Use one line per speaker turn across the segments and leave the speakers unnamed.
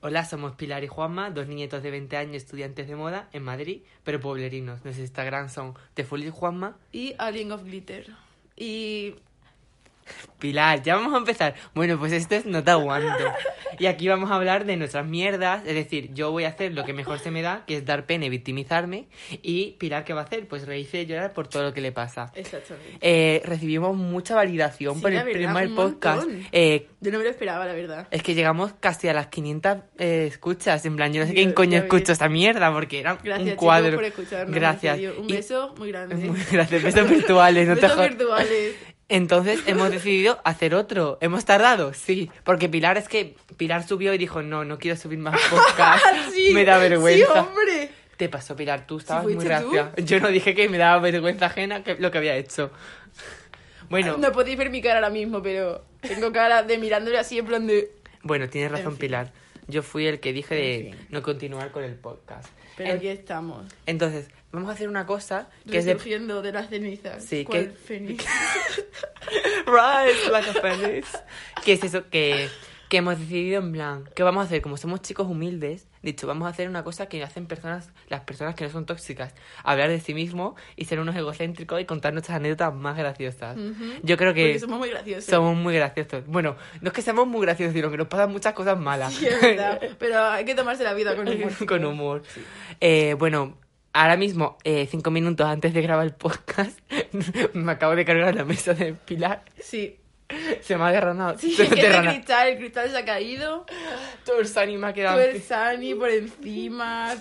Hola, somos Pilar y Juanma, dos niñetos de 20 años estudiantes de moda en Madrid, pero pueblerinos. Nuestros Instagram son Tefulis Juanma.
y Alien of Glitter. Y
Pilar, ya vamos a empezar. Bueno, pues esto es No te aguanto. Y aquí vamos a hablar de nuestras mierdas, es decir, yo voy a hacer lo que mejor se me da, que es dar pena y victimizarme. Y Pilar, ¿qué va a hacer? Pues reírse y llorar por todo lo que le pasa.
exactamente.
Eh, recibimos mucha validación
Sí,
por
la
el
verdad,
primer
un
podcast.
montón.
Eh,
Yo no me lo esperaba, la verdad.
Es que llegamos casi a las 500 eh, escuchas. En plan, yo no sé
Dios,
quién coño
ya
escucho
ves.
esta mierda porque era
Gracias
un cuadro.
chicos por escucharnos. en
Gracias.
serio. Un
Y-
beso muy grande.
Gracias, besos virtuales, no te
Besos
jodas.
virtuales.
Entonces hemos decidido hacer otro. ¿Hemos tardado? Sí. Porque Pilar es que Pilar subió y dijo, no, no quiero subir más podcast.
Sí,
me da
Sí,
vergüenza.
hombre.
Te pasó, Pilar, tú estabas muy
fuiste tú.
reacia. Yo no dije que me daba vergüenza ajena que lo que había hecho. Bueno,
No podéis ver mi cara ahora mismo, pero tengo cara de mirándole así en plan de...
bueno, tienes razón,
En fin.
Pilar. Yo fui el que dije de
En fin.
no continuar con el podcast.
Pero
En-
aquí estamos.
Entonces, vamos a hacer una cosa Eh, que es de...
Resurgiendo de... las cenizas.
Sí,
¿Cuál
que-
fénix?
Rise like a phoenix. Que es eso que, que hemos decidido en plan, ¿qué vamos a hacer? Como somos chicos humildes, dicho, vamos a hacer una cosa que hacen personas, las personas que no son tóxicas, hablar de sí mismo y ser unos egocéntricos y contar nuestras anécdotas más graciosas.
Ujú.
Yo creo que
Porque somos muy graciosos.
somos muy graciosos. Bueno, no es que seamos muy graciosos, sino que nos pasan muchas cosas malas.
Sí, es verdad. Pero hay que tomarse la vida con humor.
con humor. Eh, bueno, ahora mismo, eh, cinco minutos antes de grabar el podcast, me acabo de cargar la mesa de Pilar.
Sí.
Se me ha derramado.
Sí,
se
es
me ha
que el
derramado.
cristal, el cristal se ha caído.
Todo el Sani me ha
Todo
quedado
el Sani por encima.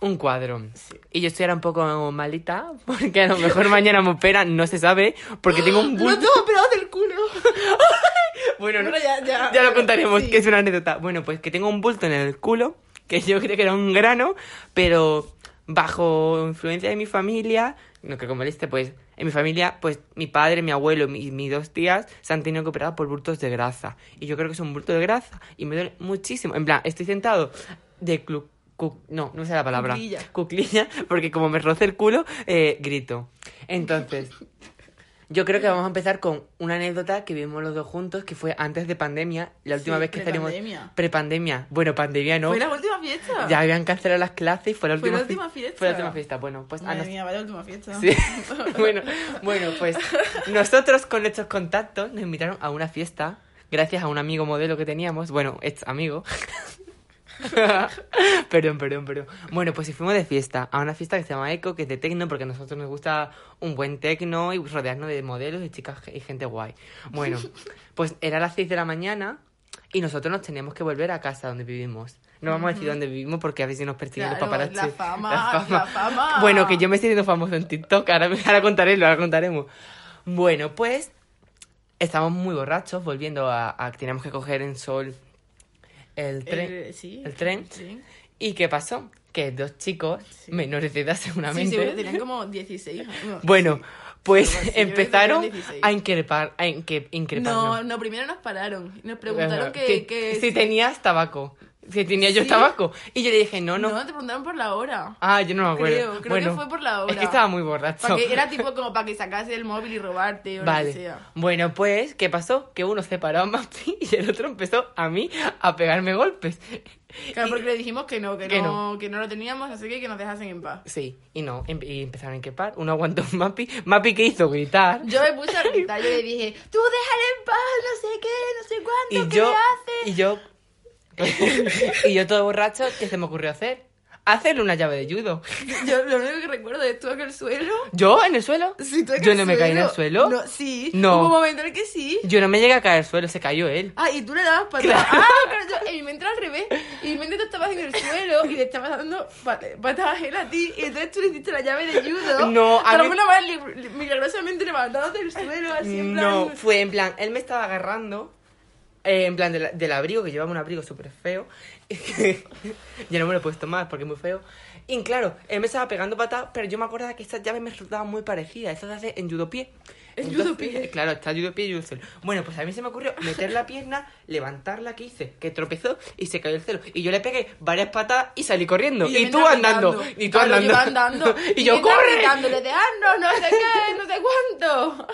un cuadro.
Sí.
Y yo estoy ahora un poco malita, porque a lo mejor mañana me opera, no se sabe, porque tengo un
¡No
bulto.
tengo operado del culo!
Bueno, no-
Bueno, ya- ya.
lo contaremos,
Sí.
que es una anécdota. Bueno, pues que tengo un bulto en el culo, que yo creía que era un grano, pero bajo influencia de mi familia, no creo que moleste, pues en mi familia, pues mi padre, mi abuelo y mi- mis dos tías se han tenido que operar por bultos de grasa. Y yo creo que es un bulto de grasa y me duele muchísimo. En plan, estoy sentado de clu- cu- no, no sé la palabra.
Cuclilla.
Cuclilla, porque como me roce el culo, eh, grito. Entonces, yo creo que vamos a empezar con una anécdota que vimos los dos juntos, que fue antes de pandemia, la última
Sí,
vez que salimos.
prepandemia.
Prepandemia. Bueno, pandemia no.
Fue la última fiesta.
Ya habían cancelado las clases y fue la
Fue
última,
la
fi-
última fiesta.
Fue la última fiesta. Bueno, pues a
Madre
nos-
mía, vaya última fiesta.
Sí. bueno, bueno, pues nosotros con estos contactos nos invitaron a una fiesta gracias a un amigo modelo que teníamos, bueno, ex amigo. perdón, perdón, perdón. Bueno, pues sí fuimos de fiesta, a una fiesta que se llama Eco, que es de tecno, porque a nosotros nos gusta un buen tecno y rodearnos de modelos y chicas y gente guay. Bueno, pues era las 6 de la mañana y nosotros nos teníamos que volver a casa donde vivimos. No vamos a decir dónde vivimos porque a ver si nos persiguen los
Claro,
paparazzi.
la fama, la fama.
Bueno, que yo me estoy haciendo famoso en TikTok, ahora, ahora contaremos, ahora contaremos. Bueno, pues estábamos muy borrachos volviendo a, a que teníamos que coger en sol el tren.
El, sí.
el tren.
Sí.
¿Y qué pasó? Que dos chicos,
Sí.
menores de edad
Sí,
seguramente,
seguro tenían como 16. No,
Ah, bueno, pues
Algo así, yo creo que
empezaron
tenían 16.
a increpar, a inque-
No,
increparnos.
no, primero nos pararon. Nos preguntaron
Bueno,
que... que-
si tenías tabaco, si tenía yo
Sí.
tabaco. Y yo le dije, no, no.
no, te preguntaron por la hora.
Ah, yo no me acuerdo.
Creo, creo que
bueno,
fue por la
Es
hora.
que estaba muy borracho.
Pa' que- era tipo como para que sacase el móvil y robarte o lo que
Vale.
sea.
Bueno, pues, ¿qué pasó? Que uno se paró a Mapi y el otro empezó a mí a pegarme golpes.
Claro, porque le dijimos que no, que,
Que
no, que no lo teníamos, así que que nos dejasen en paz.
Sí, y no, em- y empezaron a increpar. Uno aguantó a Mapi. Mapi, ¿qué hizo? Gritar.
Yo me puse a gritar, yo le dije, tú déjale en paz, no sé qué, no sé cuánto,
y
¿qué
yo,
le haces?
y yo, y yo todo borracho, ¿qué se me ocurrió hacer? Hacerle una llave de judo.
Yo lo único que recuerdo es tú en el suelo.
¿Yo en el suelo?
Sí, tú en
¿Yo
el
no me caí en el suelo?
No, sí.
No.
Hubo un momento en el que sí.
Yo no me llegué a caer al suelo, se cayó él.
Ah, y tú le dabas para
Claro.
Ah, claro, yo, en mi mente era al revés. Y en mi mente tú estabas en el suelo y le estabas dando pat- patadas él a ti. Y entonces tú le hiciste la llave de judo.
No, a
De
mí-
alguna manera li- li- milagrosamente levantado del suelo, así en plan.
No, fue en plan, él me estaba agarrando Eh, en plan, de la- del abrigo, que llevaba un abrigo súper feo. ya no me lo he puesto más porque es muy feo. Y claro, él me estaba pegando patadas, pero yo me acordaba que estas llaves me resultaban muy parecidas. Estas se hace en judopié.
En
Entonces, eh,
judopié.
Claro, está judopié y judocel. Bueno, pues a mí se me ocurrió meter la pierna, levantarla que hice, que tropezó y se cayó el celo. Y yo le pegué varias patadas y salí corriendo.
yo
Y,
me
tú
andaba
andando.
gritando.
Y tú
Claro,
andando.
yo andando.
y yo,
me andaba
corre.
gritándole de, ah, no, no sé qué, no sé cuánto.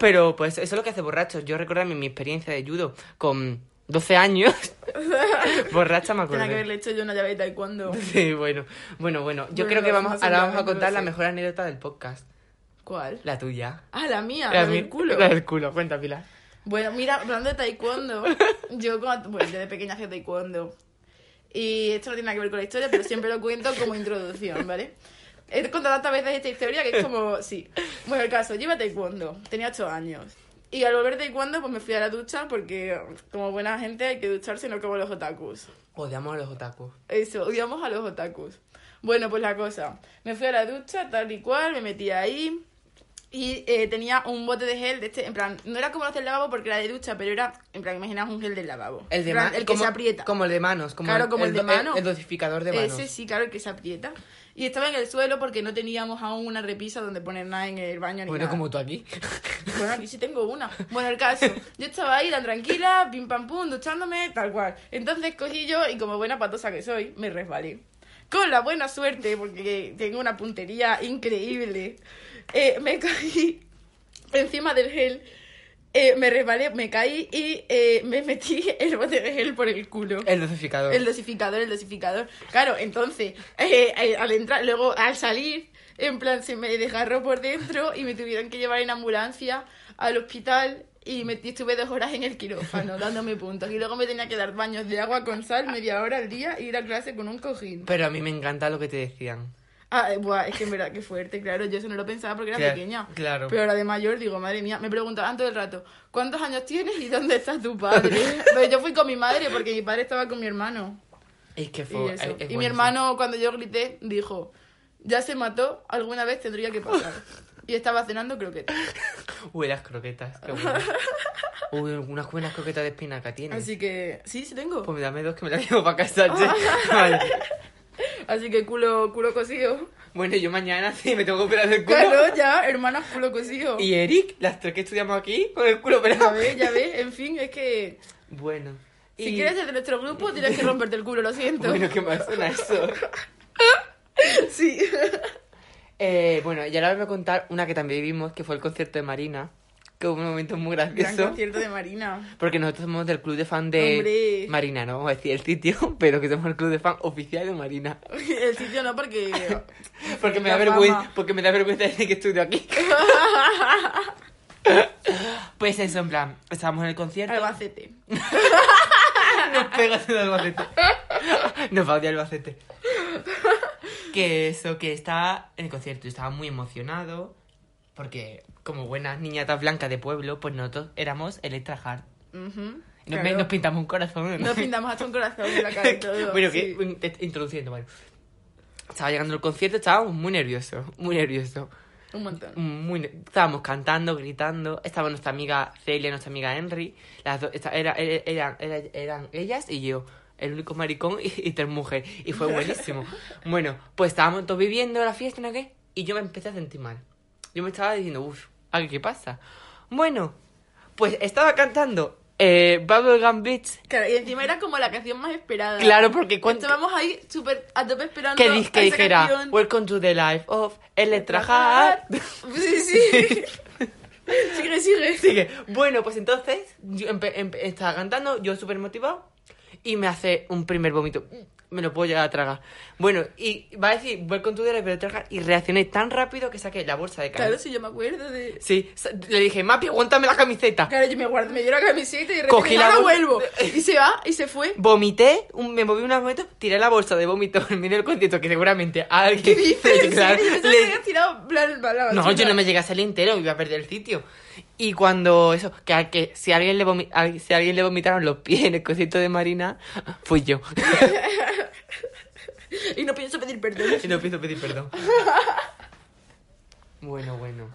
Pero pues eso es lo que hace borracho. Yo recuerdo mi, mi experiencia de judo con 12 años. borracha me
Tenía que
acuerdo.
haberle hecho yo una llave de taekwondo.
Sí, bueno, bueno, bueno. Yo
Bueno,
creo que vamos,
vamos a
ahora vamos a
centrarnos,
contar la
sí.
mejor anécdota del podcast.
¿Cuál?
La tuya.
Ah, la mía,
La
la del
mi-
culo.
La del culo, cuenta, Pilar.
Bueno, mira, hablando de taekwondo, yo cuando, bueno, desde pequeña hacía taekwondo. Y esto no tiene nada que ver con la historia, pero siempre lo cuento como introducción, ¿vale? He contado tantas veces esta historia que es como, sí. Bueno, el caso, yo iba a taekwondo, tenía 8 años. Y al volver de taekwondo, pues me fui a la ducha porque como buena gente hay que ducharse, no como los otakus.
Odiamos a los otakus.
Eso, odiamos a los otakus. Bueno, pues la cosa. Me fui a la ducha, tal y cual, me metí ahí. Y eh, tenía un bote de gel de este, en plan, no era como los del lavabo porque era de ducha, pero era, en plan, imaginaos un gel del lavabo.
El de
En plan,
ma-
El que
como-
se aprieta.
Como el de manos. Como
Claro, como el de
do-
mano.
El dosificador de manos.
Ese sí, claro, el que se aprieta. Y estaba en el suelo porque no teníamos aún una repisa donde poner nada en el baño ni
Bueno,
nada.
como tú aquí.
Bueno, aquí sí tengo una. Bueno, el caso, yo estaba ahí tan tranquila, pim pam pum, duchándome, tal cual. Entonces cogí yo y como buena patosa que soy, me resbalé. Con la buena suerte, porque tengo una puntería increíble, eh, me caí encima del gel, eh, me resbalé, me caí y eh, me metí el bote de gel por el culo.
El dosificador.
El dosificador, el dosificador. Claro, entonces, eh, eh, al entrar, luego al salir, en plan se me desgarró por dentro y me tuvieron que llevar en ambulancia al hospital y me y estuve dos horas en el quirófano dándome puntos. Y luego me tenía que dar baños de agua con sal media hora al día e ir a clase con un cojín.
Pero a mí me encanta lo que te decían.
Ah, eh, buah, es que en verdad que fuerte, claro. Yo eso no lo pensaba porque era
Claro,
pequeña.
claro.
Pero ahora de mayor digo, madre mía, me preguntaban todo el rato, ¿cuántos años tienes y dónde está tu padre? Pero yo fui con mi madre porque mi padre estaba con mi hermano.
Es que
Y,
fue. eh, es-
eso.
es
Y mi
buenísimo.
hermano, cuando yo grité, dijo: Ya se mató, alguna vez tendría que pasar. Y estaba cenando croquetas.
Uy, las croquetas. Qué bueno. Uy, unas buenas croquetas de espinaca tienes.
Así que, sí, sí tengo.
Pues dame dos que me las llevo para casa. che. Vale.
Así que culo, culo cosido.
Bueno, yo mañana sí me tengo que operar el culo.
Claro, ya, hermanas, culo cosido.
Y Eric, las tres que estudiamos aquí, con el culo
Ya
operado.
ves, ya ves. En fin, es que.
Bueno.
Si
y-
quieres ser de nuestro grupo, tienes que romperte el culo, lo siento.
Bueno, ¿qué más suena eso?
Sí.
Eh, bueno, y ahora os voy a contar una que también vivimos, que fue el concierto de Marina. Que hubo un momento muy
Gran
gracioso.
concierto de Marina.
Porque nosotros somos del club de fan de
Hombre.
Marina, no vamos a decir el sitio, pero que somos el club de fan oficial de Marina.
El sitio no, porque.
Porque me,
La
da vergüenza,
fama.
porque me da vergüenza decir que estudio aquí. pues eso, en plan, estábamos en el concierto.
Albacete.
Nos pegas en Albacete. Nos va a odiar Albacete. Que eso, que estaba en el concierto. y Estaba muy emocionado. Porque, como buenas niñatas blancas de pueblo, pues nosotros éramos Electra Hard.
Ujú,
Y Nos,
claro.
nos pintamos un corazón. ¿no?
Nos pintamos hasta un corazón en la cara y todo.
bueno,
sí.
que te- te- introduciendo, bueno. Estaba llegando el concierto, estábamos muy nerviosos, muy nerviosos.
Un montón.
Muy ne- estábamos cantando, gritando. Estaba nuestra amiga Celia, nuestra amiga Henry. Las dos, esta- era- era- era- era- eran ellas y yo. El único maricón y, y tres mujeres. Y fue buenísimo. bueno, pues estábamos todos viviendo la fiesta, ¿no qué? Y yo me empecé a sentir mal. Yo me estaba diciendo, uff, ¿a qué pasa? Bueno, pues estaba cantando eh, Bubblegum Beach.
Claro, y encima era como la canción más esperada.
Claro, porque cuando...
Estábamos ahí súper a tope esperando.
Que, dis- que
a esa
dijera,
canción.
Welcome to the life of Electra Hart.
Sí, sí. sigue, sigue.
Sigue. Bueno, pues entonces yo empe- empe- estaba cantando, yo súper motivado, y me hace un primer vómito. Mm, Me lo puedo llegar a tragar. Bueno, y va a decir, Welcome to the life of Electra Hart, y reaccioné tan rápido que saqué la bolsa de cara.
Claro, sí, yo me acuerdo de.
Sí, sa- le dije, Mapi, aguántame la camiseta.
Claro, yo me guardo, me dio la camiseta y de repente,
Cogí la
"Ahora
bolsa".
vuelvo. Y se va, y se fue.
Vomité, un- me moví unos momentos, tiré la bolsa de vómito en medio del concierto, que seguramente alguien...
¿Qué dices?
Claro,
Sí, yo pensaba
le-
que habías tirado bla, bla, bla,
No,
basura.
yo no me llegué a salir entero, iba a perder el sitio. Y cuando eso, que, a- que si, alguien le vomi- a- si alguien le vomitaron los pies en el concierto de Marina, fui yo.
Y no pienso pedir perdón.
y no pienso pedir perdón. Bueno, bueno.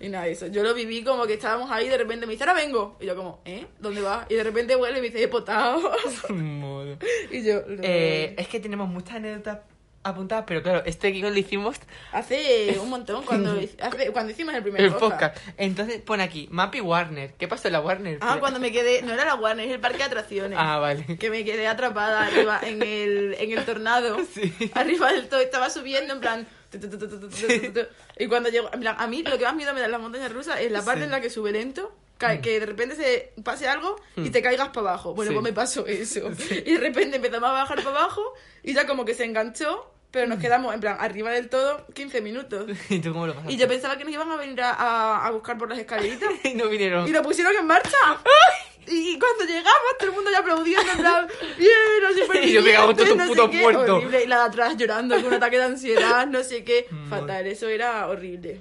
Y nada, eso. Yo lo viví como que estábamos ahí y de repente me dice, ahora vengo. Y yo como, ¿eh? ¿Dónde vas? Y de repente vuelve y me dice, he potado.
Modo.
y yo, no.
Eh, es que tenemos muchas anécdotas apuntadas, pero claro, este guión lo hicimos
Hace un montón cuando, hice- hace- cuando hicimos el primer
en el
podcast.
podcast. Entonces pone aquí, Mappy Warner. ¿Qué pasó en la Warner?
Ah, cuando me quedé, no era la Warner, es el parque de atracciones.
Ah, vale.
Que me quedé atrapada arriba en el, en el tornado.
Sí.
Arriba del todo, estaba subiendo en plan. tu, tu, tu, tu, tu, tu, tu, tu, tu. Y cuando llego, en plan, a mí lo que más miedo me dan las montañas rusas es la parte
Sí. Mm.
en la que sube lento, ca- que de repente se pase algo y te caigas para abajo. Bueno,
Sí.
pues me pasó eso. Y de repente empezamos a bajar para abajo y ya como que se enganchó, pero
Mm.
nos quedamos en plan arriba del todo 15 minutos.
¿Y tú cómo lo pasaste?
Y yo pensaba que nos iban a venir a- a- a buscar por las escaleritas.
Y no vinieron.
Y lo pusieron en marcha. Y cuando llegamos, todo el mundo ya aplaudiendo, en plan, bien, los
Y yo me cago en todos
supervivientes,
tus
no
putos
sé qué.
muertos.
Horrible. Y la de atrás llorando con un ataque de ansiedad, no sé qué. Fatal, eso era horrible.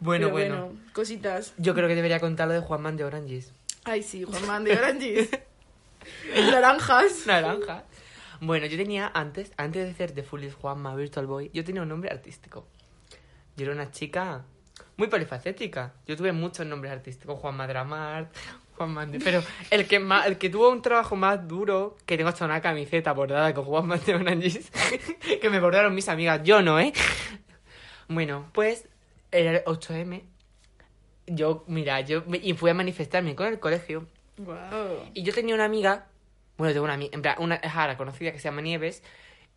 Bueno,
Pero
bueno,
Cositas.
Yo creo que debería contar lo de Juan Man de Oranges.
Ay, sí, Juan de Oranges. Naranjas.
Naranja. Bueno, yo tenía antes, antes de ser The Foolish Juanma Virtual Boy, yo tenía un nombre artístico. Yo era una chica muy polifacética. Yo tuve muchos nombres artísticos, Juanma Dramart, Juanma... de- Pero el que más, el que tuvo un trabajo más duro, que tengo hasta una camiseta bordada con Juanma de Oranges, que me bordaron mis amigas, yo no, ¿eh? Bueno, pues era el 8M. Yo, mira, yo me- y fui a manifestarme con el colegio
Wow.
y yo tenía una amiga, bueno, tengo una amiga, en plan, una es ahora conocida que se llama Nieves,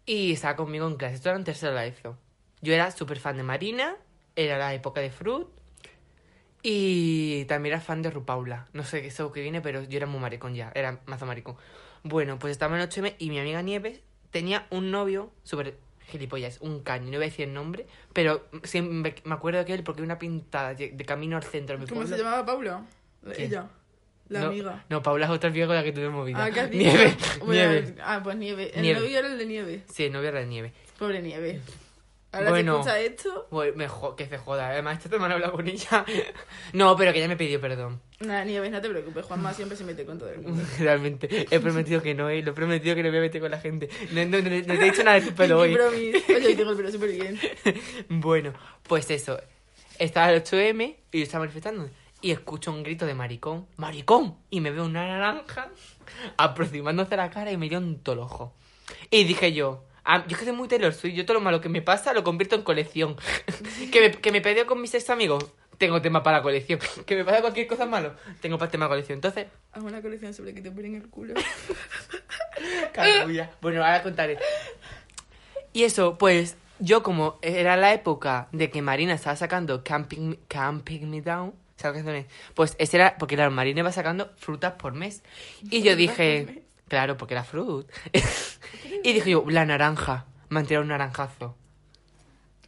y estaba conmigo en clase. Esto era en tercero de la EFO. Yo era súper fan de Marina, era la época de Fruit, y también era fan de Rupaula. No sé qué es lo que viene, pero yo era muy maricón ya, era mazo maricón. Bueno, pues estaba en 8M y mi amiga Nieves tenía un novio súper gilipollas, un caño, no voy a decir el nombre, pero siempre me acuerdo de él porque una pintada de de camino al centro. de mi
¿Cómo se
pueblo.
llamaba Paula? Ella. La
no,
amiga.
No, Paula es otra amiga con la que tuve movida.
Ah, ¿qué has dicho?
Nieve.
Bueno,
nieve.
Ah, pues nieve. El
Nieve.
novio era el de nieve.
Sí, novia era de nieve.
Pobre nieve. Ahora
Bueno.
que escucha esto.
Uy, me jo- que se joda. Además, esta semana he hablado con ella. No, pero que ella me pidió perdón.
Nada, Nieves, no te preocupes, Juanma siempre se mete con todo el mundo.
Realmente. He prometido que no, eh. Lo he prometido que no me voy a meter con la gente. No, no, no, no te he dicho nada de tu pelo hoy.
Pinky promise. Oye, hoy tengo el pelo súper bien.
Bueno, pues eso. Estaba el 8M y yo estaba manifestando. Y escucho un grito de maricón. ¡Maricón! Y me veo una naranja aproximándose a la cara y me dio un tolojo. Y dije yo. "Ah, yo es que soy muy Taylor Swift. Yo todo lo malo que me pasa lo convierto en colección. que, me, que me peleo con mis ex amigos. Tengo tema para la colección. que me pasa cualquier cosa malo. Tengo para tema de colección. Entonces,
Haz una colección sobre que te ponen el culo.
Cabulla. Bueno, ahora contaré. Y eso, pues, yo como era la época de que Marina estaba sacando Camping Me, Camping Me Down, ¿sabes qué canción es? Pues ese era, porque claro, Marina iba sacando frutas por mes. Y yo dije, claro, porque era fruit. y dije yo, la naranja, me han tirado un naranjazo.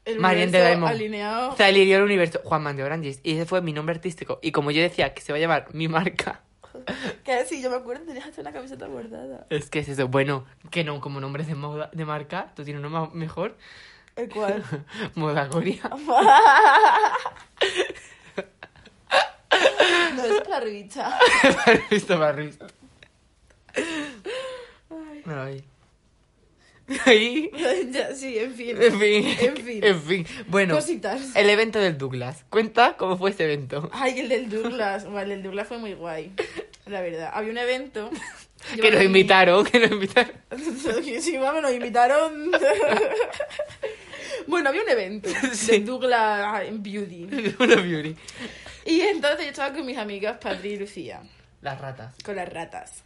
El
Marian de
universo
Diamond.
alineado.
Se alineó el universo, Juan Man de Oranges. Y ese fue mi nombre artístico. Y como yo decía que se va a llamar mi marca,
Que sí, yo me acuerdo, tenías hasta una camiseta bordada.
es que es eso, bueno, que no, como nombres de moda, de marca, tú tienes uno ma- mejor.
¿El cual?
Moda Goria.
no, es parrita.
Esto me ha risto. Ay. Ay.
ya, sí, en fin.
En fin.
En fin. Pues
En fin. Bueno.
Cositas.
El evento del Douglas. Cuenta cómo fue ese evento.
Ay, el del Douglas. Bueno, el del Douglas fue muy guay. La verdad. Había un evento.
que
Yo me
nos
acuerdo-
invitaron, que nos invitaron.
Sí, vamos, nos invitaron. bueno, había un evento
Sí.
de Douglas Beauty.
Una beauty.
Y entonces yo estaba con mis amigas Patri y Lucía,
Las ratas.
con las ratas.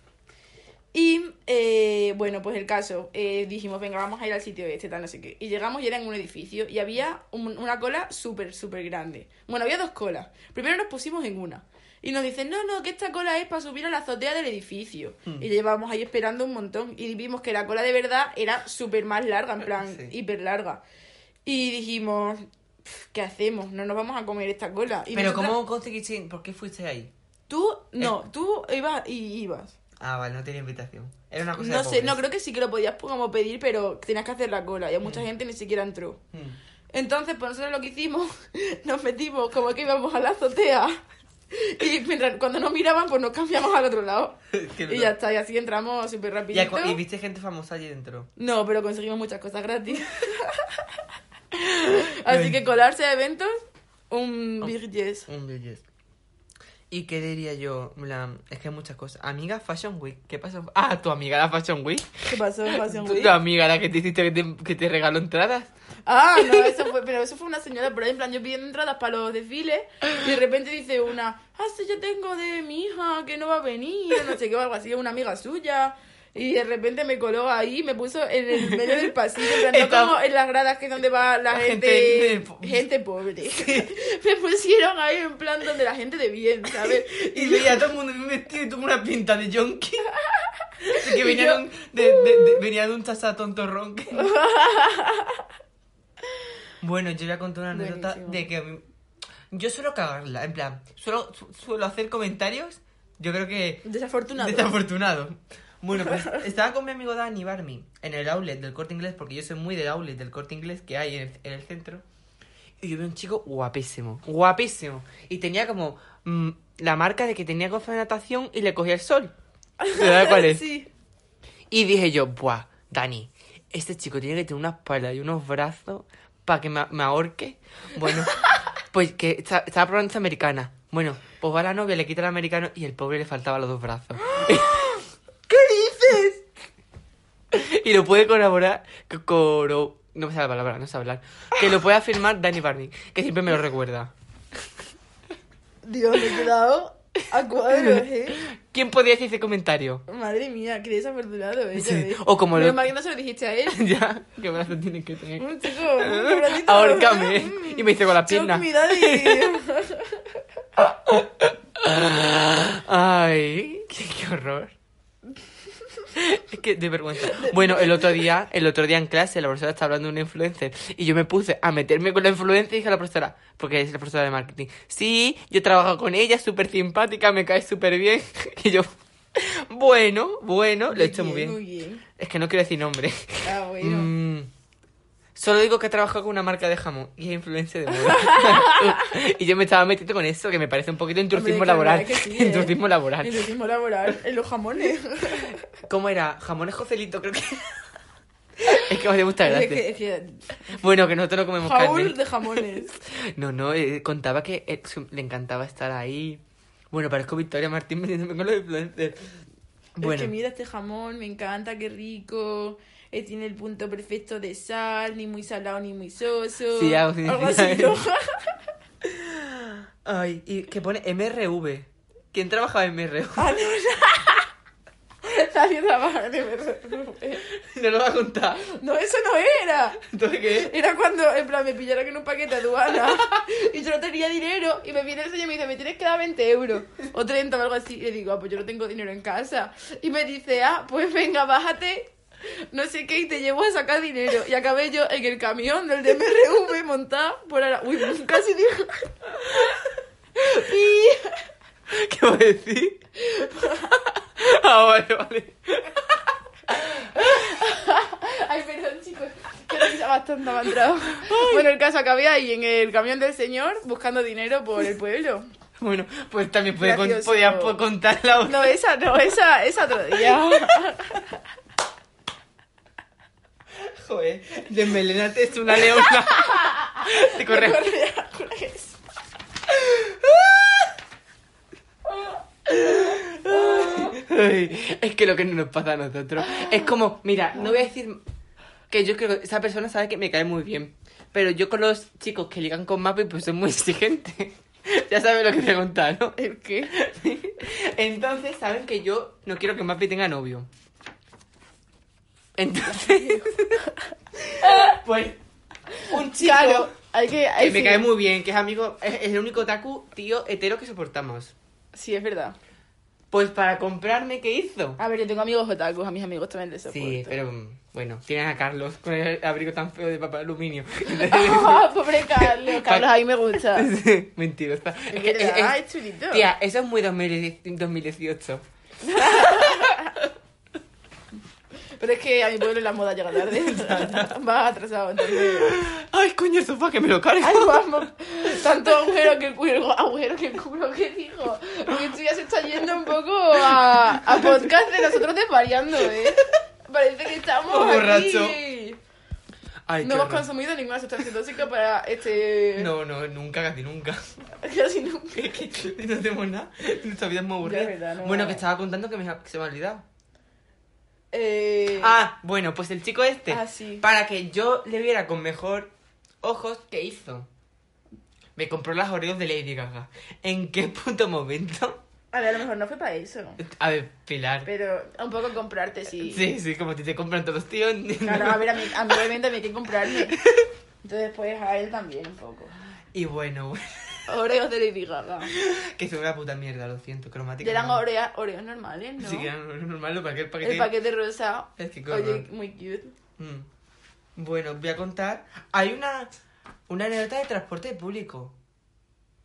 Y eh, bueno, pues el caso, eh, dijimos, venga, vamos a ir al sitio este, tal, no sé qué. Y llegamos y era en un edificio y había un- una cola súper, súper grande. Bueno, había dos colas. Primero nos pusimos en una. Y nos dicen, no, no, que esta cola es para subir a la azotea del edificio.
Mm.
Y llevábamos ahí esperando un montón. Y vimos que la cola de verdad era súper más larga, en plan,
Eh, Sí.
hiper larga. Y dijimos, "Pf, ¿qué hacemos? No nos vamos a comer esta cola. Y
Pero
nosotras-
¿cómo conseguiste? ¿Por qué fuiste ahí?
Tú, no, tú ibas y ibas.
Ah, vale, no tenía invitación. Era una cosa
No sé, no, creo que sí que lo podías como pedir, pero tenías que hacer la cola y a mucha gente ni siquiera entró.
Hmm.
Entonces, pues nosotros lo que hicimos, nos metimos como que íbamos a la azotea y mientras, cuando nos miraban, pues nos cambiamos al otro lado. Y ya está, y así entramos súper rapidito.
viste gente famosa allí dentro.
No, pero conseguimos muchas cosas gratis. así que colarse a eventos Un big yes.
Un big yes. ¿Y qué diría yo? En plan, es que hay muchas cosas. Amiga Fashion Week. ¿Qué pasó? Ah, tu amiga la Fashion Week.
¿Qué pasó en Fashion
Tu-
Week?
Tu amiga la que te hiciste que te, que te regaló entradas.
Ah, no, eso fue, pero eso fue una señora, pero en plan, yo pidiendo entradas para los desfiles y de repente dice una, ah, sí, yo tengo de mi hija que no va a venir, o no sé qué, o algo así, una amiga suya. Y de repente me coló ahí, me puso en el medio del pasillo, en plan, no
Estaba-
como en las gradas que es donde va la
La
gente,
gente
gente,
de po-
pobre. Me pusieron ahí en plan donde la gente de bien, ¿sabes?
Y veía a todo el mundo en un vestido y tuvo una pinta de yonki. Así que
Y
venía,
yo,
de un, de, de- de- venía de un chasa tontorrón. que- bueno, yo voy a contar una anécdota
Buenísimo.
de que a mí- yo suelo cagarla, en plan, suelo, su- suelo hacer comentarios, yo creo que
Desafortunado.
desafortunado. Bueno, pues estaba con mi amigo Dani Barmi en el outlet del corte inglés, porque yo soy muy del outlet del corte inglés que hay en el, en el centro. Y yo vi un chico guapísimo, guapísimo. Y tenía como mm, la marca de que tenía gafas de natación y le cogía el sol. ¿Te das cuál es?
Sí.
Y dije yo, buah, Dani, este chico tiene que tener una espalda y unos brazos para que me, me ahorque. Bueno, pues que esta- estaba probando esta americana. Bueno, pues va la novia, le quita el americano y el pobre le faltaba los dos brazos. ¿Qué dices? y lo puede colaborar, co- coro... No me sale la palabra, no sé hablar. Que lo puede afirmar Dani Barney, que siempre me lo recuerda.
Dios, me he quedado a cuadros, ¿eh?
¿Quién podía decir ese comentario?
Madre mía, qué desafortunado ella,
Sí,
¿eh?
o como
Menos
lo-
mal que no se lo dijiste a él.
ya, qué brazos tiene que tener.
Un chico, un cabroncito.
Ahorcame.
Mm.
Y me hice con la
Choke
pierna.
me daddy.
Ay, qué, qué horror. Es que de vergüenza. Bueno, el otro día, el otro día en clase, la profesora estaba hablando de una influencer y yo me puse a meterme con la influencer y dije a la profesora, porque es la profesora de marketing, sí, yo trabajo con ella, es súper simpática, me cae súper bien. Y yo, bueno, bueno, lo he hecho muy
Muy
bien.
bien.
Es que no quiero decir nombre.
Ah, bueno.
Mm. Solo digo que he trabajado con una marca de jamón y es influencia de moda. y yo me estaba metiendo con eso, que me parece un poquito
Hombre,
enturcismo
claro,
laboral.
es que sí, ¿eh?
Enturcismo laboral.
El turismo laboral, en los jamones.
¿Cómo era? Jamones Joselito, creo que. es que me hace mucha
es
gracia.
que, es que
Bueno, que nosotros no comemos
Jaúl
carne.
de jamones.
No, no, eh, contaba que eh, su- le encantaba estar ahí. Bueno, parezco Victoria Martín metiéndome con los influencers.
Es
Bueno,
que mira este jamón, me encanta, qué rico. Eh, tiene el punto perfecto de sal, ni muy salado ni muy soso.
Sí, algo así.
así, ¿no?
ay, y que pone MRV. ¿Quién trabajaba en MRV?
Ah, no, no. Nadie trabaja de verdad.
no lo va a contar.
No, eso no era.
¿Entonces qué es?
Era cuando, en plan, me pillaron en un paquete de aduana y yo no tenía dinero y me viene el señor y me dice, me tienes que dar 20 euros o 30 o algo así. Y le digo, ah, pues yo no tengo dinero en casa. Y me dice, ah, pues venga, bájate, no sé qué, y te llevo a sacar dinero. Y acabé yo en el camión del DMRV montado por ahora. Uy, casi digo... Y...
¿Qué voy a decir? ah, vale, vale.
Ay, perdón, chicos. Que risa más tonta me ha entrado. Bueno, el caso acabé ahí en el camión del señor buscando dinero por el pueblo.
Bueno, pues también puede con-
Gracioso.
podía po- contar la otra.
No, esa no, esa, esa otro día.
Joder, desmelénate es una leona. Te corre.
Correcto.
Ay, es que lo que no nos pasa a nosotros. Es como, mira, no voy a decir que yo creo que esa persona sabe que me cae muy bien. Pero yo con los chicos que ligan con Mapi, pues soy muy exigente. ya sabes lo que te he contado, ¿no?
¿El qué?
Entonces saben que yo no quiero que Mapi tenga novio. Entonces. pues. Un chico
Claro, hay que.
que
hay
me
sí.
cae muy bien, que es amigo. Es, es el único taku tío hetero que soportamos.
Sí, es verdad.
Pues para comprarme, ¿qué hizo?
A ver, yo tengo amigos otakus, a mis amigos también les soporto.
Sí, pero mm, bueno, tienen a Carlos con el abrigo tan feo de papel aluminio.
Ah, pobre Carlos, Carlos ahí me gusta. Es
Mentirosa. Es que- es-
verdad,
es-
es chulito.
Eh, tía, eso es muy 2010 2018.
Pero es que a mi pueblo la moda llega tarde. Vas atrasado, entonces.
Ay, coño, el sofá, que me lo cargo.
Ay, vamos. Tanto agujero que el culo, agujero que el culo que dijo. Porque esto ya se está yendo un poco a, a podcast de nosotros desvariando, ¿eh? Parece que estamos
Borracho.
aquí.
Ay,
no
qué
hemos
horror.
consumido ninguna sustancia tóxica para este.
No, no, nunca, casi nunca.
Casi nunca.
Es que no hacemos nada. Nuestra vida es muy aburrida.
Ya, verdad, no.
Bueno, que estaba contando que, me, ha- que se me ha olvidado.
Eh,
Ah, bueno, pues el chico este.
Ah, sí.
Para que yo le viera con mejor ojos, ¿qué hizo? Me compró las Oreos de Lady Gaga. ¿En qué puto momento?
A ver, a lo mejor no fue para eso.
A ver, Pilar.
Pero un poco comprarte, sí.
Sí, sí, como a ti te compran todos los tíos.
Claro, a ver, a mí, a mí obviamente me hay que comprarme. Entonces, pues a él también un poco.
Y bueno, bueno,
Oreos de Lady Gaga.
que son una puta mierda, lo siento. Cromática.
Y eran
no.
oreas, oreos normales, ¿no?
Sí, que eran normal, lo paquete. paquete.
El paquete rosa.
Es que qué
Oye,
horror.
muy cute.
Mm. Bueno, voy a contar. Hay una, una anécdota de transporte público.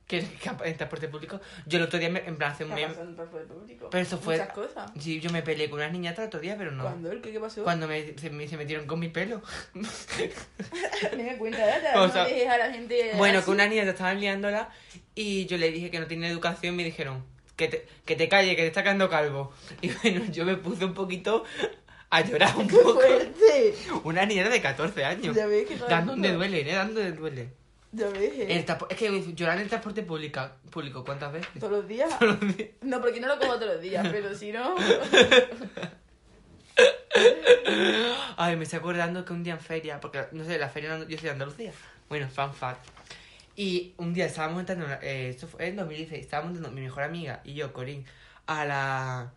Que que en transporte público. Yo el otro día, me, en plan, hace
¿Qué
un
ha
mes.
pasado en el transporte público?
Pero eso fue.
Muchas cosas.
Sí, yo me peleé con unas niñatas el otro día, pero no.
¿Cuándo? ¿El qué, qué pasó?
Cuando me, se, me- se metieron con mi pelo.
Ni me cuenta data,
O
no
sea,
dejes a la gente.
bueno,
así.
que unas niñas estaban liándola y yo le dije que no tenía educación. Me dijeron que te, que te calle, que te está quedando calvo. Y bueno, yo me puse un poquito a llorar un
¡Qué
poco.
fuerte!
Una niña de 14 años.
Ya ves que todo el
Dando donde
mundo-
duele, ¿eh? Dando donde duele.
Ya ves, ¿eh?
El trapo- es que llorar en el transporte pública, público, ¿cuántas veces?
¿Todos los días? No, porque no lo como todos los días, pero si no.
Ay, me estoy acordando que un día en feria, porque no sé, la feria, no- yo soy de Andalucía. Bueno, fan fact. Y un día estábamos entrando, eh, esto fue en 2016, estábamos entrando, mi mejor amiga y yo, Corín, a la,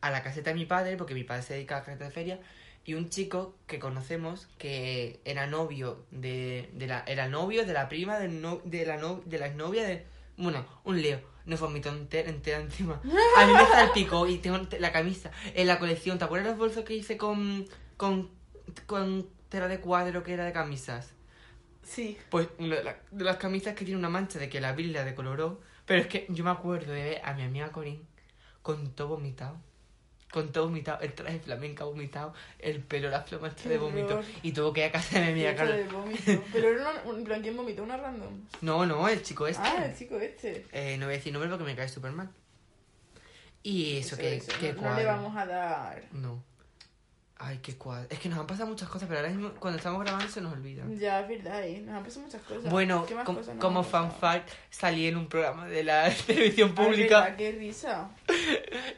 a la caseta de mi padre, porque mi padre se dedica a la caseta de feria, y un chico que conocemos que era novio de, de la, era novio de la prima de, no, de la no, de la novia de, bueno, un leo, nos vomitó entera, entera encima. A mí me salpicó y tengo la camisa en la colección, ¿te acuerdas los bolsos que hice con, con, con tela de cuadro que era de camisas?
Sí.
Pues una de, la- de las camisas que tiene una mancha de que la Bill la decoloró. Pero es que yo me acuerdo de ver a mi amiga Corín con todo vomitado. Con todo vomitado, el traje flamenca vomitado, el pelo, las plumas
Qué
de vómito.
horror.
Y tuvo que ir a casa de mi amiga
Mira,
Carla.
de vómito. Pero era una- un, en plan, ¿quién vomitó? Una random.
No, no, el chico este.
Ah, el chico este.
Eh, no voy a decir nombre porque me cae súper mal. Y eso, que,
eso,
que
no, no
cuadro.
le vamos a dar.
No. Ay, qué cuadro. Es que nos han pasado muchas cosas, pero ahora mismo cuando estamos grabando se nos olvida.
Ya, es verdad, ¿eh? Nos han pasado muchas cosas.
Bueno,
¿Qué más
com-
cosas nos
como
han pasado?
fan fact, salí en un programa de la televisión
Ay,
pública
Ah, verdad, Qué risa.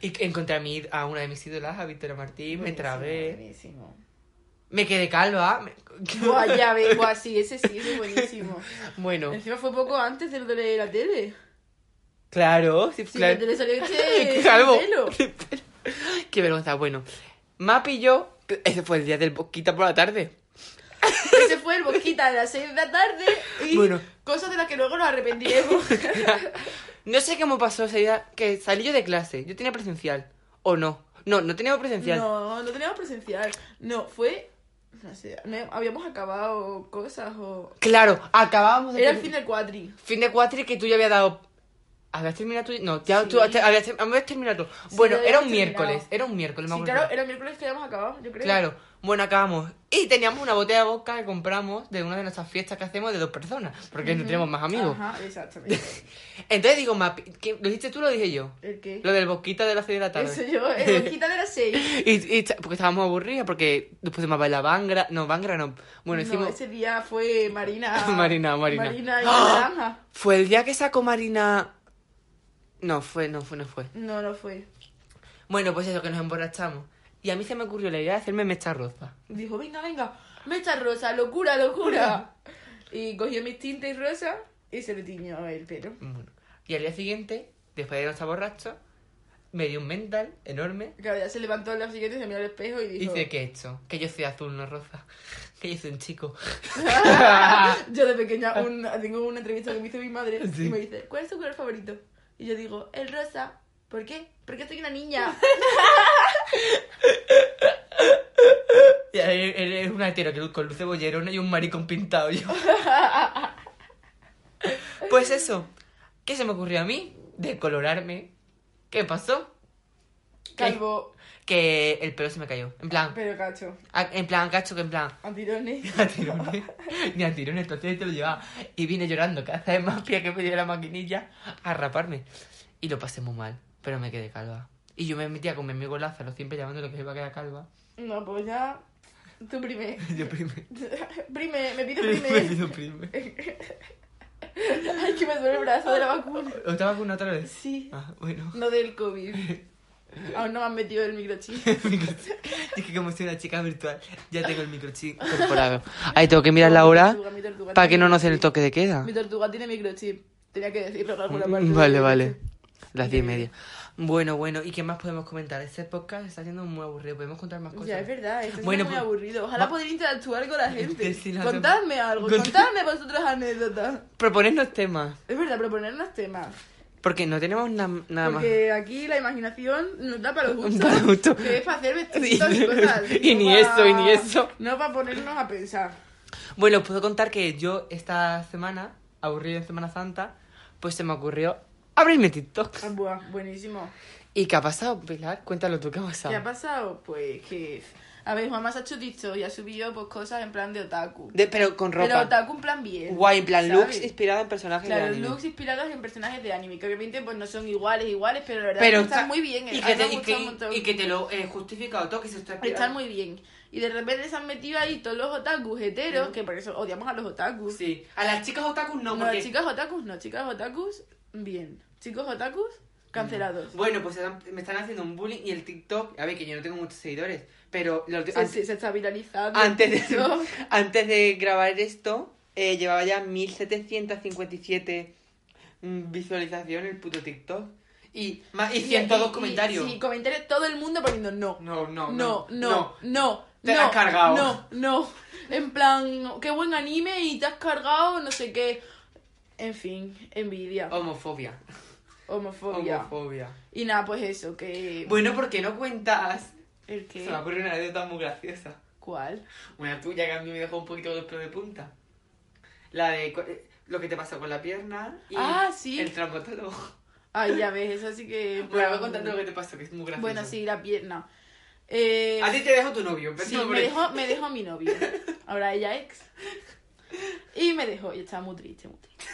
y que encontré a, mi, a una de mis ídolas, a Victoria Martín, me
Buenísimo,
trabé,
Buenísimo.
me quedé calva. me-
Buah, ya ves, buah, sí, ese sí, ese es buenísimo.
Bueno,
Encima fue poco antes de lo de la tele.
claro, sí,
Sí,
claro.
la tele salió este.
Calvo.
pelo.
Qué vergüenza. Bueno, Map y yo, ese fue el día del boquita por la tarde.
Se fue el Bosquita a las 6 de la tarde y
Bueno.
cosas de las que luego nos arrepentiremos.
No sé cómo pasó ese día que salí yo de clase, yo tenía presencial, o no. No, no teníamos presencial.
no, no teníamos presencial. No, fue. No sé, no, habíamos acabado cosas o.
Claro, acabábamos de...
Era el fin del cuadri.
fin de cuatri que tú ya habías dado. ¿Habías terminado tú? No, ya
Sí.
tú te- habías, te- habías terminado tú.
Sí,
Bueno,
ya
era
habíamos
un
terminado.
miércoles, era un miércoles, me
Sí,
acuerdo.
claro, era el miércoles que habíamos acabado, yo creo.
Claro. Bueno, acabamos. Y teníamos una botella de vodka que compramos de una de nuestras fiestas que hacemos de dos personas, porque no tenemos más amigos.
Ajá, exactamente.
Entonces digo, Mapi, ¿qué- ¿lo dijiste tú o lo dije yo?
¿El qué?
Lo del boquita de las seis de la tarde.
Eso yo, el Bosquita de las 6.
Y, y ch- porque estábamos aburridas, porque después de bailar Bangra, no, Bangra no. Bueno,
no,
hicimos.
ese día fue Marina.
Marina, Marina.
Marina y la
¡Ah!
Naranja.
Fue el día que sacó Marina. No, fue, no fue, no fue.
No, no fue.
Bueno, pues eso, que nos emborrachamos. Y a mí se me ocurrió la idea de hacerme mecha rosa.
Dijo, venga, venga, mecha rosa, locura, locura. Y cogió mis tintes rosa y se le tiñó el pelo.
Bueno, y al día siguiente, después de no estar borracho, me dio un mental enorme
Claro, ya se levantó en la siguiente, se miró al espejo y
y
dijo...
dice, ¿qué he hecho? Que yo soy azul, no rosa. Que yo soy un chico.
yo de pequeña un- tengo una entrevista que me hizo mi madre
Ah. Sí.
y me dice, ¿cuál es tu color favorito? Y yo digo, el rosa. ¿Por qué? Porque soy una niña.
Y él- él es un altero que lu- con luces bollerona y un maricón pintado yo. Pues eso, ¿qué se me ocurrió a mí? Decolorarme. ¿Qué pasó?
Calvo,
Que el pelo se me cayó. En plan,
pero cacho.
a- en plan, cacho, que en plan,
A tirones.
a tirones, ni a tirones, entonces te lo llevaba. Y vine llorando, cada vez más pía que me dio la maquinilla, a raparme. Y lo pasé muy mal, pero me quedé calva. Y yo me metía con mi amigo Lázaro, siempre llamándolo que se iba a quedar calva.
No, pues ya... Tú prime.
Yo primero.
Prime, me pido prime.
Yo primero.
Ay, que me duele el brazo de la vacuna.
¿Otra vacuna otra vez?
Sí.
Ah, bueno.
No del COVID. Aún no me han metido el microchip.
Microchip. es que como soy una chica virtual, ya tengo el microchip incorporado. Ahí tengo que mirar la
Mi
hora
tortuga, mi tortuga
para que
tiene
no nos den el
microchip.
toque de queda.
Mi tortuga tiene microchip. Tenía que decirlo en alguna parte.
Mm, Vale, vale. Las diez y media. Bueno, bueno, ¿y qué más podemos comentar? Este podcast está siendo muy aburrido, podemos contar más cosas.
Ya, es verdad, esto
Bueno,
es muy
pues-
aburrido. Ojalá
va-
poder interactuar con la gente.
Sí, la-
Contadme algo,
Cont-
contadme vosotros anécdotas.
Proponernos temas,
Es verdad, proponernos temas.
porque no tenemos na- nada
Porque aquí la imaginación nos da para los gustos.
Para los gustos.
Que es para hacer vestiditos y cosas.
Y
no
ni
pa-
eso, y ni eso.
No para ponernos a pensar.
más. Bueno, os puedo contar que yo esta semana, aburrido en Semana Santa, pues se me ocurrió abrirme TikTok.
Ah, buah, buenísimo.
¿Y qué ha pasado, Pilar? Cuéntalo tú, ¿qué ha pasado?
¿Qué ha pasado? Pues que... A ver, mamá se ha hecho TikTok y ha subido pues, cosas en plan de otaku.
De- pero con ropa.
Pero otaku en plan bien.
Guay, en plan
¿sabes?
looks inspirada en personajes de
Claro,
anime.
looks inspirados en personajes de anime, que obviamente pues no son iguales, iguales, pero la verdad
Pero
es que
está-
están muy bien. eh,
Y
a
que,
mí me
te, y,
gusta un
que,
montón.
y que te lo he justificado todo, que se está inspirando.
Están muy bien. Y de repente se han metido ahí todos los otakus heteros, que por eso odiamos a los otakus.
Sí. A las chicas otakus no,
No,
porque...
chicas otakus, no, chicas otakus, bien. Chicos otakus,
Mm.
cancelados.
Bueno, pues están- me están haciendo un bullying y el TikTok... A ver, que yo no tengo muchos seguidores, pero... los de-
Se, se- se está viralizando.
antes,
el TikTok.
de, antes de grabar esto, eh, llevaba ya 1757 mm, visualizaciones el puto TikTok. Y, más, y 102
y-
comentarios.
Sí, comentarios, todo el mundo poniendo no.
No, no,
No, no, no.
Te
no,
la has cargado.
No, no. En plan, qué buen anime y te has cargado, no sé qué. En fin, envidia,
Homofobia.
homofobia.
Oh, Homofobia.
Y nada, pues eso, que.
Bueno, ¿por qué no cuentas?
¿El
Se me
qué?
ocurre una anécdota muy graciosa.
¿Cuál?
Una tuya que a mí me dejó un poquito los pelos de punta. La de cu- eh, lo que te pasó con la pierna y
Ah, sí.
el traumatólogo.
Ay, ya ves, eso sí que.
Bueno, voy contando lo que te pasó, que es muy gracioso.
Bueno, sí, la pierna. Eh,
A ti te dejó tu novio, pero
sí,
no,
me
hombre.
dejó, me dejó mi novio. Ahora ella ex. Y me dejó. Y estaba muy triste, muy triste.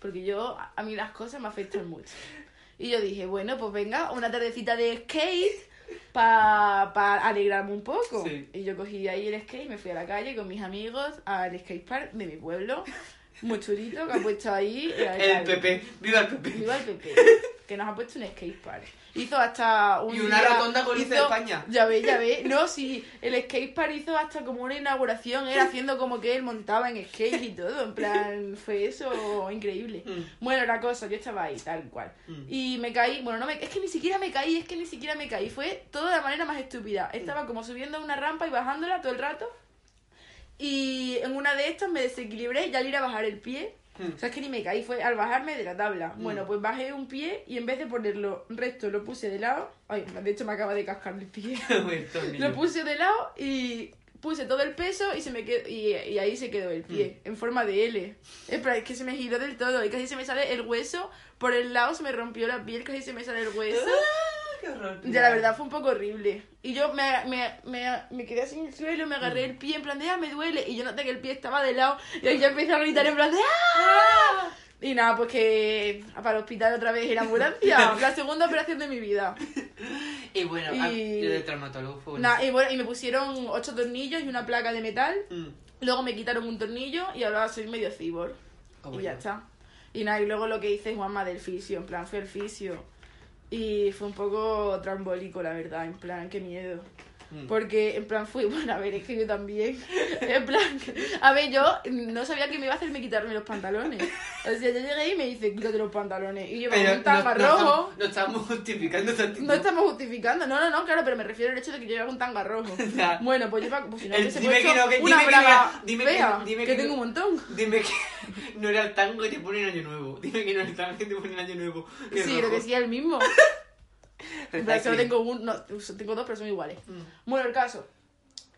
Porque yo, a a mí las cosas me afectan mucho. Y yo dije, bueno, pues venga, una tardecita de skate para alegrarme un poco.
Sí.
Y yo cogí ahí el skate, me fui a la calle con mis amigos al skate park de mi pueblo. Muy chulito, que ha puesto ahí. la
El
verdad,
PP, viva el PP.
Viva el PP, que nos ha puesto un skatepark. Hizo hasta un
Y una
día-
rotonda con luces de España.
Ya ve, ya ve. No, sí, el skatepark hizo hasta como una inauguración, era haciendo como que él montaba en skate y todo. En plan, fue eso increíble.
Mm.
Bueno, la cosa, yo estaba ahí, tal cual.
Mm.
Y me caí, bueno, no me, es que ni siquiera me caí, es que ni siquiera me caí. Fue toda la manera más estúpida.
Mm.
Estaba como subiendo una rampa y bajándola todo el rato. Y en una de estas me desequilibré y al ir a bajar el pie,
Mm.
o sea, es que ni me caí, fue al bajarme de la tabla.
Mm.
Bueno, pues bajé un pie y en vez de ponerlo recto, lo puse de lado. Ay, de hecho me acaba de cascar el pie.
Bueno, estos
lo
niños.
puse de lado y puse todo el peso y se me quedó, y, y ahí se quedó el pie, en forma de L. Es pra- es que se me giró del todo y casi se me sale el hueso. Por el lado se me rompió la piel, casi se me sale el hueso.
Ah, qué horror.
Ya, la verdad fue un poco horrible. Y yo me, me, me, me quedé así en el suelo, me agarré el pie en plan de, ah, me duele. Y yo noté que el pie estaba de lado. Y ahí ya empecé a gritar en plan de, ah. Y nada, pues que para el hospital otra vez en ambulancia. la segunda operación de mi vida.
Y bueno,
Y-
a- lo del traumatólogo fue bueno.
Nah, y bueno, y me pusieron ocho tornillos y una placa de metal.
Mm.
Luego me quitaron un tornillo y ahora soy medio cibor.
Ah,
y
bueno.
ya está. Y nada, y luego lo que hice es Juanma del fisio, en plan fue el fisio. Y fue un poco trambólico, la verdad, en plan, qué miedo.
Mm.
Porque en plan fui, bueno, a ver, es que yo también. En plan, a ver, yo no sabía que me iba a hacerme quitarme los pantalones. O sea, yo llegué y me dice, quítate los pantalones. Y yo
Pero
con un tanga
no, no
rojo.
estamos- no estamos justificando esa actitud.
No estamos justificando, no, no, no, claro, pero me refiero al hecho de que yo llevaba un tanga rojo.
Ya.
bueno, pues lleva pues si no
El-
hubiese
dime que
puesto
no, que-
una
dime que
braga
no, dime que
fea,
no, dime
que,
que no.
tengo un montón.
Dime que no era el tango que te pone en Año Nuevo. Dime que no era el tango que te pone en Año Nuevo. Qué
Sí, creo
rojo.
que sí, el mismo. En plan, solo
Recycling.
tengo un, no, tengo dos, pero son iguales.
Mm.
Bueno, el caso.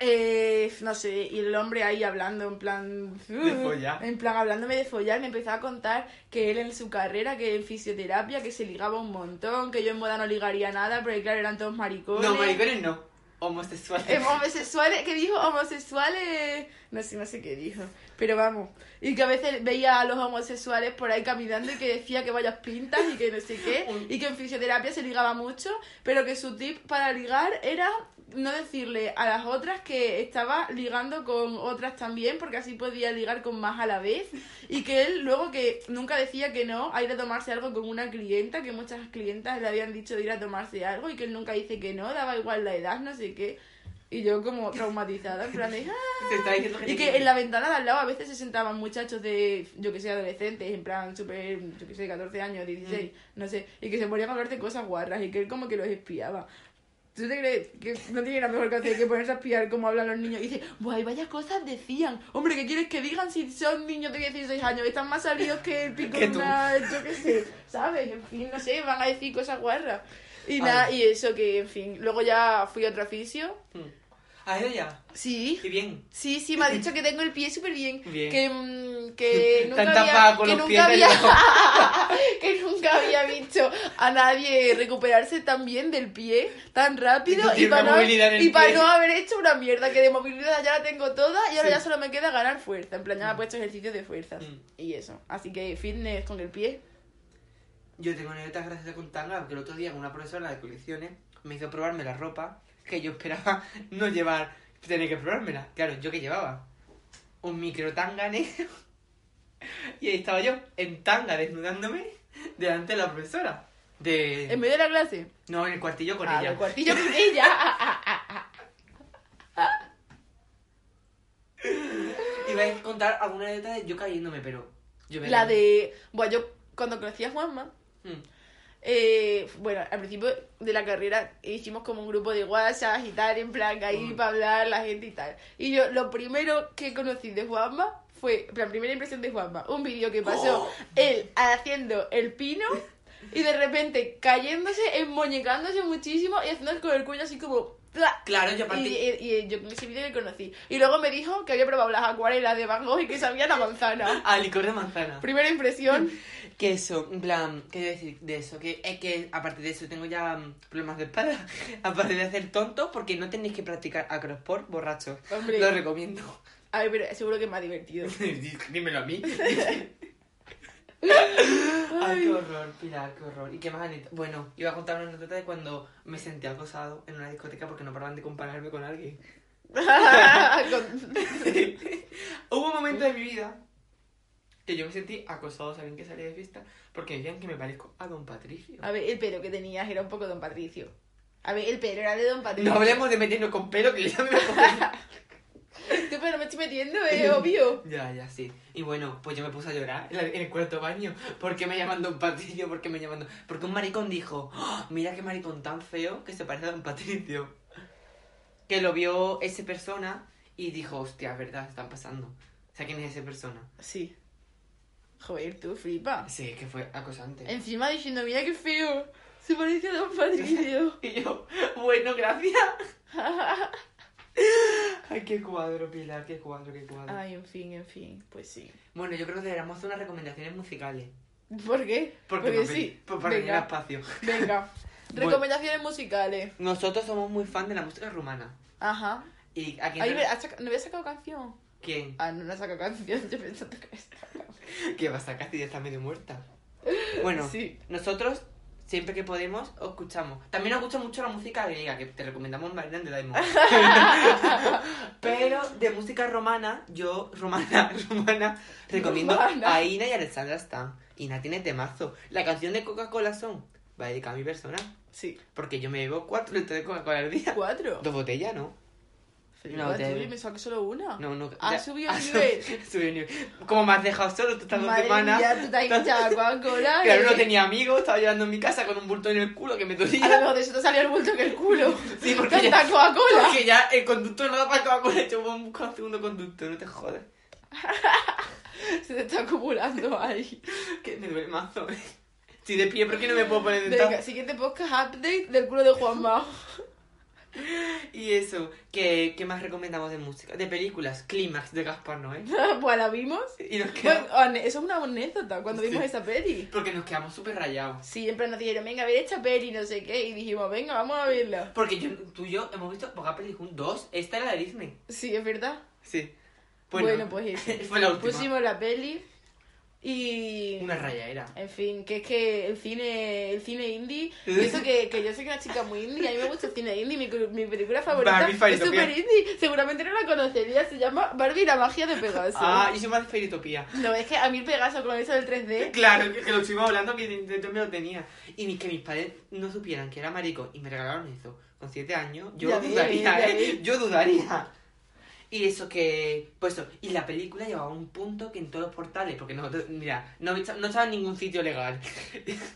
Eh, no sé, y el hombre ahí hablando en plan...
De follar.
En plan, hablándome de follar, me empezaba a contar que él en su carrera, que en fisioterapia, que se ligaba un montón, que yo en moda no ligaría nada, porque claro, eran todos maricones.
No, maricones no. homosexuales.
Em, homosexuales, que dijo homosexuales, no sé, no sé qué dijo, pero vamos, y que a veces veía a los homosexuales por ahí caminando y que decía que vayas pintas y que no sé qué, y que en fisioterapia se ligaba mucho, pero que su tip para ligar era no decirle a las otras que estaba ligando con otras también, porque así podía ligar con más a la vez, y que él luego que nunca decía que no a ir a tomarse algo con una clienta, que muchas clientas le habían dicho de ir a tomarse algo, y que él nunca dice que no, daba igual la edad, no sé qué. Y yo como traumatizada, en plan de... "Ah".
Te está diciendo
Y
te
que
quiere.
en la ventana de al lado a veces se sentaban muchachos de, yo que sé, adolescentes, en plan súper, yo que sé, 14 años, 16,
Mm.
no sé, y que se ponían a hablar de cosas guarras y que él como que los espiaba. ¿Tú te crees que no tiene nada mejor que hacer que ponerse a espiar cómo hablan los niños? Y dice, guay, vaya cosas decían. Hombre, ¿qué quieres que digan si son niños de 16 años? Están más salidos que el pico
Que
de
tú.
una... Yo qué sé, ¿sabes? En fin, no sé, van a decir cosas guarras. Y nada, y eso que, en fin. Luego ya fui a otro oficio.
Mm. ¿Has ido ya?
Sí.
Qué bien.
Sí, sí, me ha dicho que tengo el pie súper bien.
Bien.
Que, mm, que nunca
Tanta paja
había,
con
que,
los
nunca
pies de
había
lejos.
que nunca había visto a nadie recuperarse tan bien del pie, tan rápido
Tiene
y para,
una
no,
movilidad en el
y para
pie.
no haber hecho una mierda. Que de movilidad ya la tengo toda y ahora
Sí.
ya solo me queda ganar fuerza. En plan, ya me he puesto ejercicios de fuerzas
Mm.
y eso. Así que fitness con el pie.
Yo tengo anécdotas gracias con tanga, porque el otro día una profesora de colecciones me hizo probarme la ropa que yo esperaba no llevar, tener que probármela. Claro, ¿yo que llevaba? Un micro tanga negro. Y ahí estaba yo, en tanga, desnudándome delante de la profesora. De...
En medio de la clase.
No, en el cuartillo con
Ah,
ella.
el cuartillo con ella.
Iba a contar alguna anécdota de yo cayéndome, pero... Yo me
la
caí.
de. Bueno, yo cuando conocí a Juanma.
Mm.
Eh, bueno, al principio de la carrera hicimos como un grupo de WhatsApp y tal, en plan, ahí
Mm.
para hablar la gente y tal. Y yo lo primero que conocí de Juanma fue, la primera impresión de Juanma, un vídeo que pasó
Oh.
él haciendo el pino y de repente cayéndose, enmoñecándose muchísimo y haciendo con el cuello así como... ¡tla!
Claro, yo
Y,
aparte...
y- y yo con ese vídeo le conocí. Y luego me dijo que había probado las acuarelas de Van Gogh y que sabían a manzana.
A licor de manzana.
Primera impresión.
Que eso, en plan, ¿qué quiero decir de eso? Que es que aparte de eso tengo ya mm, problemas de espalda. Aparte de hacer tonto, porque no tenéis que practicar acrosport borrachos.
Hombre.
Lo recomiendo.
A ver, pero seguro que es más divertido.
Dímelo a mí. Ay, qué horror, Pilar, qué horror. ¿Y qué más anécdota? Bueno, iba a contar una anécdota de cuando me sentí acosado en una discoteca porque no paraban de compararme con alguien.
Con-
Hubo un momento de mi vida que yo me sentí acosado, ¿saben que salí de fiesta? Porque me decían que me parezco a don Patricio.
A ver, el pelo que tenías era un poco Don Patricio. A ver, el pelo era de Don Patricio.
No hablemos de meternos con pelo, que ya me voy a coger.
Tú, pero me estoy metiendo, es obvio.
Ya, ya, sí. Y bueno, pues yo me puse a llorar en la- en el cuarto baño. ¿Por qué me llaman Don Patricio? ¿Por qué me llaman Don- Porque un maricón dijo, "¡Ah! mira qué maricón tan feo que se parece a Don Patricio. Que lo vio esa persona y dijo, hostia, es verdad, están pasando. O sea, ¿quién es esa persona?
Sí. Joder, tú flipa.
Sí, es que fue acosante.
Encima diciendo, mira qué feo. Se parece a Don Patricio.
Y yo, bueno, gracias. Ay, qué cuadro, Pilar, qué cuadro, qué cuadro.
Ay, en fin, en fin. Pues sí.
Bueno, yo creo que deberíamos hacer unas recomendaciones musicales.
¿Por qué?
Porque, no,
sí.
pues para tener
venga,
espacio.
venga.
Bueno.
Recomendaciones musicales.
Nosotros somos muy fan de la música rumana.
Ajá.
¿Y a quién?
Ay,
no-
¿has saca- ¿No había sacado canción?
¿Quién?
Ah, no, no he sacado canción. Yo pensando que
¿Qué va a sacar si ya está medio muerta? Bueno,
Sí.
nosotros siempre que podemos os escuchamos. También nos gusta mucho la música griega, que te recomendamos Marina de Daimon. Pero de música romana, yo, romana, romana, recomiendo
Romana.
a Ina y Alessandra Stan. Ina tiene temazo. La canción de Coca-Cola son, va dedicada a mi persona,
Sí.
porque yo me bebo cuatro litros de Coca-Cola al día.
¿Cuatro?
Dos botellas, ¿no?
Flipa,
No,
tú,
te-
yo pensaba que solo una.
No, no.
Ha
ya-
subido el
ha
nivel.
sub- subido el nivel. Como me has dejado solo, tú estás dos
Madre
semanas.
mía, tú te has hinchado a Coca-Cola.
Claro,
eh.
no tenía amigos, estaba llorando en mi casa con un bulto en el culo que me
A lo
dolía.
mejor de eso te salió el bulto que el culo.
Sí, porque
Tanta
ya-
Coca-Cola.
Porque ya el conductor no da para Coca-Cola, yo voy a buscar un segundo conducto, no te jodas.
Se te está acumulando ahí.
Que me duele mazo. Estoy de pie, ¿por qué no me puedo poner
Venga,
sentado?
siguiente podcast update del culo de Juanma.
Y eso, ¿qué, qué más recomendamos de música? De películas, Clímax de Gaspar Noé.
pues la vimos.
Y nos quedamos,
Bueno, ane- eso es una anécdota cuando vimos
Sí.
esa peli.
porque nos quedamos súper rayados.
Sí, en plan nos dijeron, venga, a ver esta peli, no sé qué. Y dijimos, venga, vamos a verla.
Porque yo, tú y yo hemos visto pocas películas, dos, esta era la de Disney.
Sí, es verdad.
Sí.
Bueno, pues eso.
fue la última.
Pusimos la peli y...
Una rayadera.
En fin, que es que el cine, el cine indie, y eso que, que yo soy una chica muy indie, a mí me gusta el cine indie, mi, cru- mi película favorita
Barbie
es super
Fairytopia.
indie, seguramente no la conocería, se llama Barbie y la magia de Pegaso.
Ah, y soy más de Fairytopía.
No, es que a mí el Pegaso con eso del 3D,
Claro, que, que lo estuvimos hablando que de- de- yo me lo tenía. Y ni que mis padres no supieran que era marico y me regalaron eso con 7 años, yo
Ya ves,
dudaría,
ya
¿eh?
ves.
Yo dudaría. Y eso que. Pues eso, y la película llevaba un punto que en todos los portales, porque nosotros, mira, no, esta- no estaba en ningún sitio legal.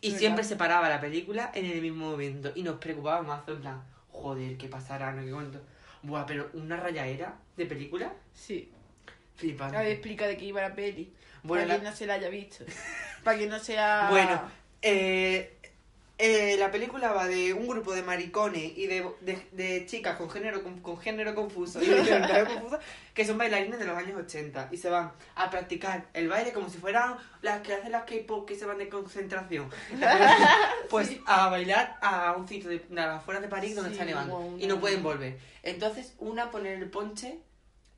y
Verdad.
siempre se paraba la película en el mismo momento y nos preocupaba más, en plan, joder, ¿qué pasará? No sé cuánto. Buah, pero una rayaera de película,
sí,
flipante.
a ver, explica de qué iba la peli,
Bueno,
para
la-
quien no se la haya visto, para quien no sea...
Bueno, eh, eh, la película va de un grupo de maricones y de, de- de chicas con género, con, con género confuso y de identidad confusa que son bailarines de los años 80 y se van a practicar el baile como si fueran las que hacen las K-pop que se van de concentración. pues a bailar a un sitio de, de afuera de París donde
Sí,
está nevando
como una-
y no pueden volver. Entonces, una pone el ponche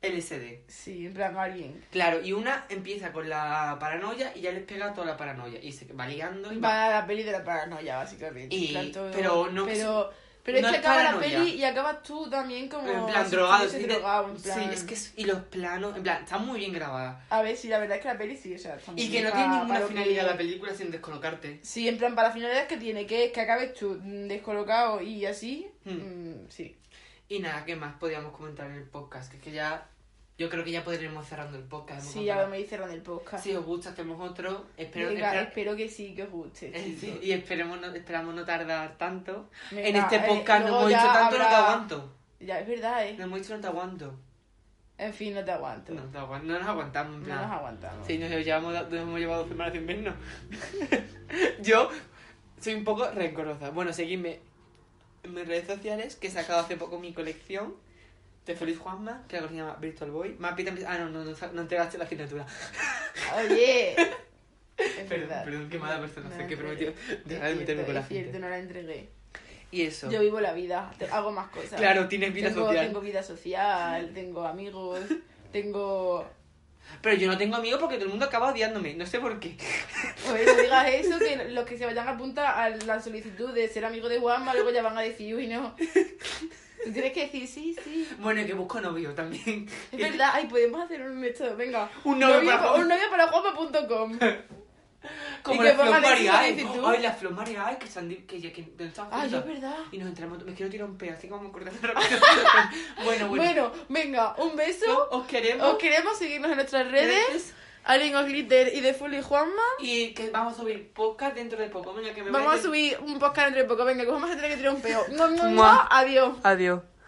LSD.
Sí, en plan alguien.
Claro, y una empieza con la paranoia y ya les pega toda la paranoia y se va ligando y
Va a la peli de la paranoia, básicamente.
Y-
en plan todo-
pero no-
Pero, pero es
no
que
es
acaba
paranoia.
la peli y acabas tú también como...
en
si
plan
estuviese
drogado, sí,
drogado, en plan...
sí, es que es- y los planos, en plan, está muy bien grabada.
A ver, sí, la verdad es que la peli sí, o sea, está muy
Y que no
bien
tiene
pa-
ninguna
pa lo que-
finalidad la película sin descolocarte.
Sí, en plan, para la finalidad que tiene, que es que acabes tú mm, descolocado y así,
Hmm.
mm, sí.
Y nada, ¿qué más podíamos comentar en el podcast? Que es que ya, yo creo que ya podríamos cerrando el podcast. hemos
Sí, ya
contado.
me dice cerrando el podcast.
Si os gusta, hacemos otro. Espero,
Venga,
espera- Eh,
espero que sí, que os guste.
sí,
chicos.
y esperemos no, esperamos no tardar tanto. en
Venga,
este
eh,
podcast no
luego
hemos dicho
ya
tanto, no te
habrá-
aguanto.
Ya, es verdad,
No
¿eh?
hemos dicho no te aguanto.
En fin, no te aguanto.
No,
No,
te aguanto. no nos aguantamos, en plan.
nos aguantamos.
Sí, nos llevamos, nos hemos llevado dos semanas de invierno. Yo soy un poco rencorosa. Bueno, seguidme en mis redes sociales, que he sacado hace poco mi colección de Feliz Juanma, que algo se llama Virtual Boy. Mapi también... Ah, no, no, no, sa- no entregaste la asignatura.
Oye. Es
Perdón,
verdad.
perdón, qué mala persona
No
soy,
la
que he
entregué.
prometido dejar de
Es
meterme
cierto,
con la
es cierto,
gente.
no la entregué.
Y eso.
Yo vivo la vida, te- hago más cosas.
Claro, tienes vida
tengo,
social.
Tengo vida social, tengo amigos, tengo...
Pero yo no tengo amigos porque todo el mundo acaba odiándome. No sé por qué.
Oye, no digas eso, que los que se vayan a apuntar a la solicitud de ser amigo de Juanma, luego ya van a decir, uy, no. Tú tienes que decir, sí, sí.
Bueno, y que busco novio también.
Es verdad, ay, podemos hacer un esto, venga.
Un novio para Juanma.
un novio para Juanma.com.
Como
que
la
pongan
flor
eso
María.
que
Ay,
dices tú.
ay, la flor María, ay, que están... di- Que, que, que, que están
Ay,
juntas.
Ah, es verdad.
Y nos entramos. Me quiero tirar un pedo, así que vamos cortando rápido. bueno, bueno.
Bueno, venga, un beso.
Os queremos.
Os queremos seguirnos en nuestras redes. Alien of Glitter y de Fully Juanma.
Y que vamos a subir podcast dentro de poco. Venga, que me voy
Vamos a
de-
subir un podcast entre poco. Venga, que vamos a tener que tirar un peo. No, no, no.
Mua.
Adiós.
Adiós.